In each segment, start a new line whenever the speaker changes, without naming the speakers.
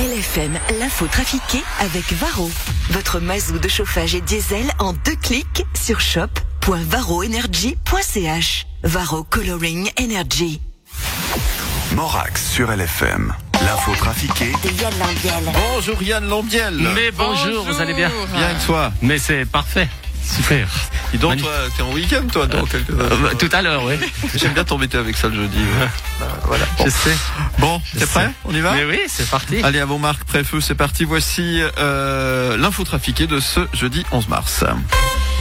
LFM, l'info trafiquée avec Varro. Votre mazou de chauffage et diesel en deux clics sur shop.varroenergy.ch. Varro Coloring Energy.
Morax sur LFM. L'info trafiquée
de Yann Lambiel.
Bonjour Yann Lambiel.
Mais bonjour, vous allez bien
Bien avec toi.
Mais c'est parfait. Super.
Dis donc,
Magnifique.
toi, t'es en week-end, toi, dans quelques
Euh, bah, Tout à l'heure, oui.
J'aime bien t'embêter avec ça le jeudi. ouais. Bah, voilà. Bon,
Je sais.
Bon, t'es prêt On y va
Bah.
Mais oui, c'est parti.
Allez, à vos marques, prêt, feu, c'est parti. Voici euh, l'info trafiquée de ce jeudi 11 mars.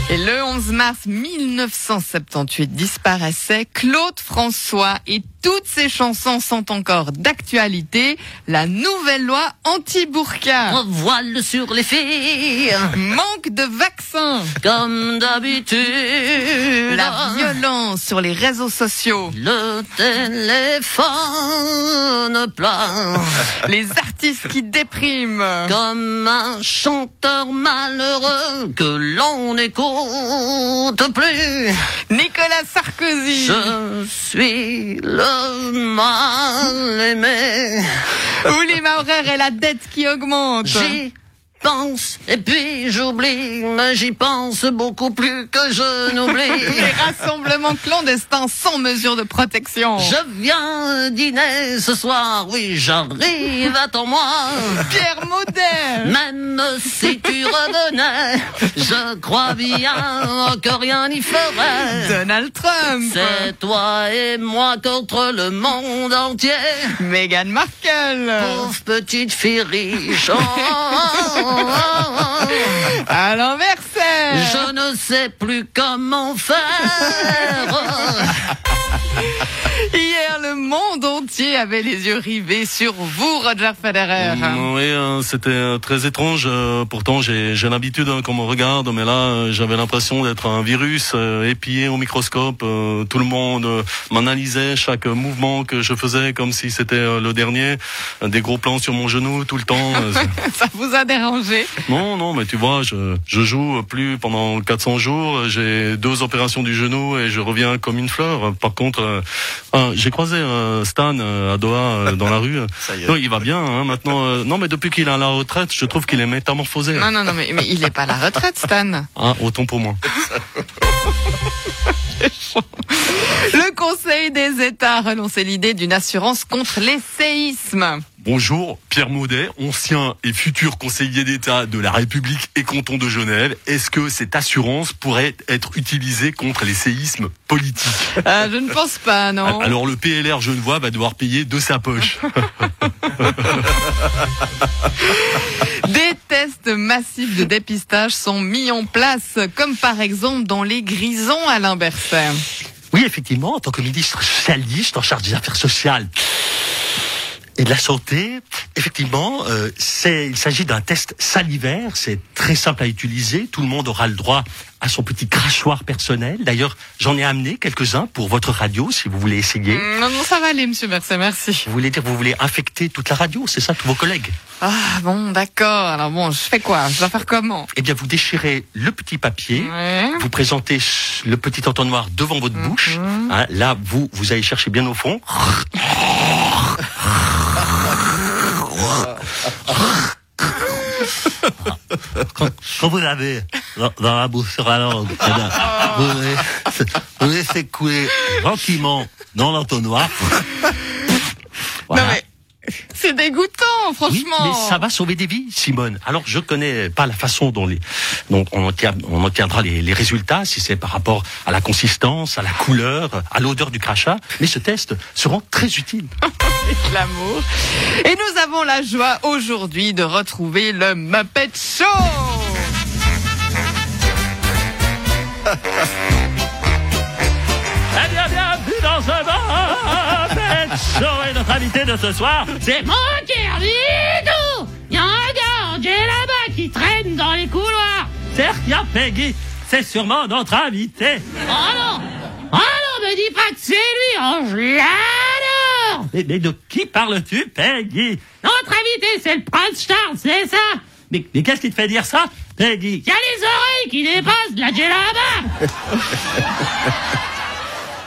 Et le 11 mars 1978 disparaissait Claude François et toutes ses chansons sont encore d'actualité. La nouvelle loi anti-burqa.
voile sur les filles,
Manque de vaccins.
comme d'habitude.
La violence sur les réseaux sociaux.
Le téléphone plein,
Les artistes qui dépriment.
comme un chanteur malheureux que l'on n'écoute plus.
Nicolas Sarkozy.
Je suis le mal aimé.
Oulima Maurer et la dette qui augmente.
J'y pense et puis j'oublie, mais j'y pense beaucoup plus que je n'oublie.
Les rassemblements clandestins sans mesure de protection.
Je viens dîner ce soir, oui j'arrive, attends-moi.
Pierre Modèle.
Même si tu redonnais, je crois bien que rien n'y
Hmm.
ferait.
Donald Trump.
C'est toi et moi contre le monde entier.
Meghan Markle.
Pauvre petite fille riche. Oh, oh, oh, oh, oh.
Alain Verset.
Je ne sais plus comment faire.
Hier, le monde entier avait les yeux rivés sur vous, Roger Federer.
Mm, Oui, euh, c'était euh, très étrange. euh, Pourtant, j'ai j'ai l'habitude hein, qu'on me regarde, mais là, euh, j'avais l'impression d'être un virus euh, épié au microscope. Euh, Tout le monde euh, m'analysait chaque mouvement que je faisais comme si c'était euh, le dernier. Euh, Des gros plans sur mon genou tout le temps. euh, c'est-
Ça vous a dérangé
non, non, mais tu vois, je, je joue plus pendant 400 jours. euh, J'ai deux opérations du genou et je reviens comme une fleur. Euh, Par contre, euh, ah, j'ai croisé euh, Stan euh, à Doha euh, dans la rue.
Ça y est.
Non, il va bien hein, maintenant. euh, non, mais depuis qu'il est à la retraite, je trouve qu'il est métamorphosé.
Non, non, non, mais, mais il est pas à la retraite, Stan.
Ah, autant pour moi.
Le Conseil des États a relancé l'idée d'une assurance contre les séismes.
Bonjour, Pierre Maudet, ancien et futur conseiller d'État de la République et canton de Genève. Est-ce que cette assurance pourrait être utilisée contre les séismes politiques
Euh, je ne pense pas, non.
Alors le PLR Genevois va devoir payer de sa poche.
Des tests massifs de dépistage sont mis en place, comme par exemple dans les grisons à l'imberset.
Oui, effectivement, en tant que ministre socialiste en charge des affaires sociales et de la santé, effectivement, euh, c'est, il s'agit d'un test salivaire, c'est très simple à utiliser, tout le monde aura le droit à son petit crachoir personnel. D'ailleurs, j'en ai amené quelques-uns pour votre radio, si vous voulez essayer.
Non, non, ça va aller, monsieur Berset, merci.
Vous voulez dire, vous voulez infecter toute la radio, c'est ça, tous vos collègues
Ah bon, d'accord. Alors bon, je fais quoi Je dois faire comment Hein?
Eh bien, vous déchirez le petit papier,
Ouais.
vous présentez le petit entonnoir devant votre
Mhm.
bouche. Hein, là, vous, vous allez chercher bien au fond. Quand, quand vous l'avez dans, dans la bouche sur la langue, eh bien, vous, laissez, vous laissez couler gentiment dans l'entonnoir. Voilà.
Non mais c'est dégoûtant,
Oui,
franchement.
mais ça va sauver des vies, Simone. Alors, je connais pas la façon dont les, dont on obtiendra, on obtiendra les, les résultats, si c'est par rapport à la consistance, à la couleur, à l'odeur du crachat, mais ce test se rend très utile.
de l'amour. Et nous avons la joie aujourd'hui de retrouver le Muppet Show.
Eh bien, bienvenue dans ce bar, Pet Show. Et notre invité de ce soir, c'est
Mon Cardito Il y a un gars en jet là-bas qui traîne dans les couloirs
Sergia Peggy. C'est sûrement notre invité.
Oh non Oh non, me dis pas que c'est lui Oh, je l'adore
Mais, mais de qui parles-tu, Peggy
Notre invité, c'est le prince Charles, c'est ça
mais, mais qu'est-ce qui te fait dire ça, Peggy
Il y a les oreilles qui dépassent de la djellaba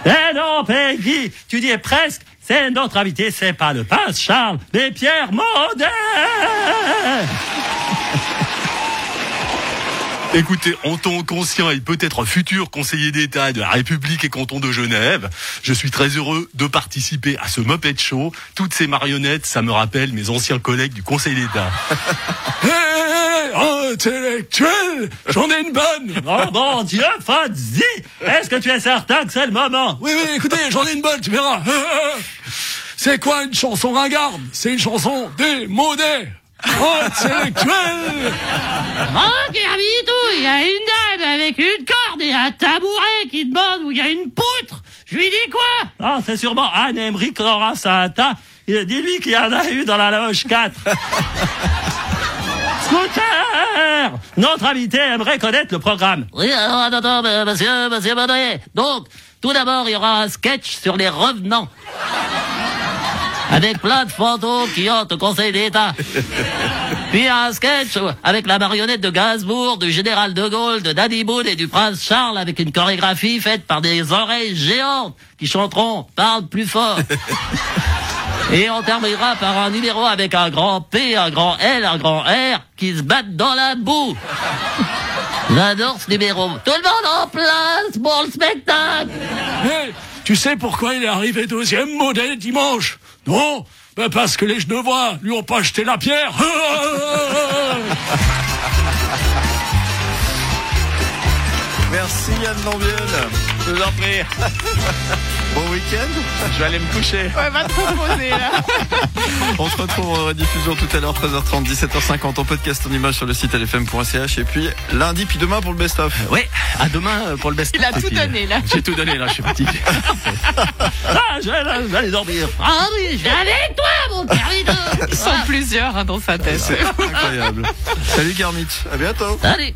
Eh non, Peggy, tu dis presque, c'est notre invité, c'est pas le prince Charles, mais Pierre Maudet
Écoutez, en tant que conscient et peut-être futur conseiller d'État de la République et canton de Genève, je suis très heureux de participer à ce Muppet Show. Toutes ces marionnettes, ça me rappelle mes anciens collègues du Conseil d'État.
Eh, Intellectuel J'en ai une bonne Oh mon Dieu, Fadzi Est-ce que tu es certain que c'est le moment Oui, oui, écoutez, j'en ai une bonne, tu verras C'est quoi une chanson ringarde C'est une chanson des maudets Intellectuel
Oh, Kermito, il y a une dame avec une corde et un tabouret qui demande où il y a une poutre. Je lui dis quoi
Ah, c'est sûrement Anne-Emerick Laurent Santa. Il- Dis-lui qu'il y en a eu dans la loge 4. Scooter Notre invité aimerait connaître le programme.
Oui, alors, attends, attends, euh, monsieur, monsieur Baudrier. Donc, tout d'abord, il y aura un sketch sur les revenants. Avec plein de fantômes qui hantent au Conseil d'État. Puis un sketch avec la marionnette de Gainsbourg, du général de Gaulle, de Danny Boone et du prince Charles avec une chorégraphie faite par des oreilles géantes qui chanteront Parle plus fort. Et on terminera par un numéro avec un grand P, un grand L, un grand R qui se battent dans la boue. J'adore ce numéro. Tout le monde en place pour le spectacle.
Hey, tu sais pourquoi il est arrivé deuxième modèle dimanche Non Ben Parce que les Genevois lui ont pas jeté la pierre.
Merci Yann Lambiel. Je vous en prie. Bon week-end. Je vais aller me coucher.
Ouais, va te proposer, là.
On se retrouve en rediffusion tout à l'heure, 13h30, 17h50, en podcast en image sur le site lfm.ch. Et puis lundi, puis demain pour le best-of.
Oui, à demain euh, pour le best-of.
Il a tout
Et puis,
donné, là.
J'ai tout donné, là, je suis fatigué.
ah, je vais, je vais aller dormir.
Ah oui, je vais avec toi, mon Carlito.
Ils sont plusieurs hein, dans sa tête.
C'est incroyable. Salut Garmit. À bientôt.
Allez.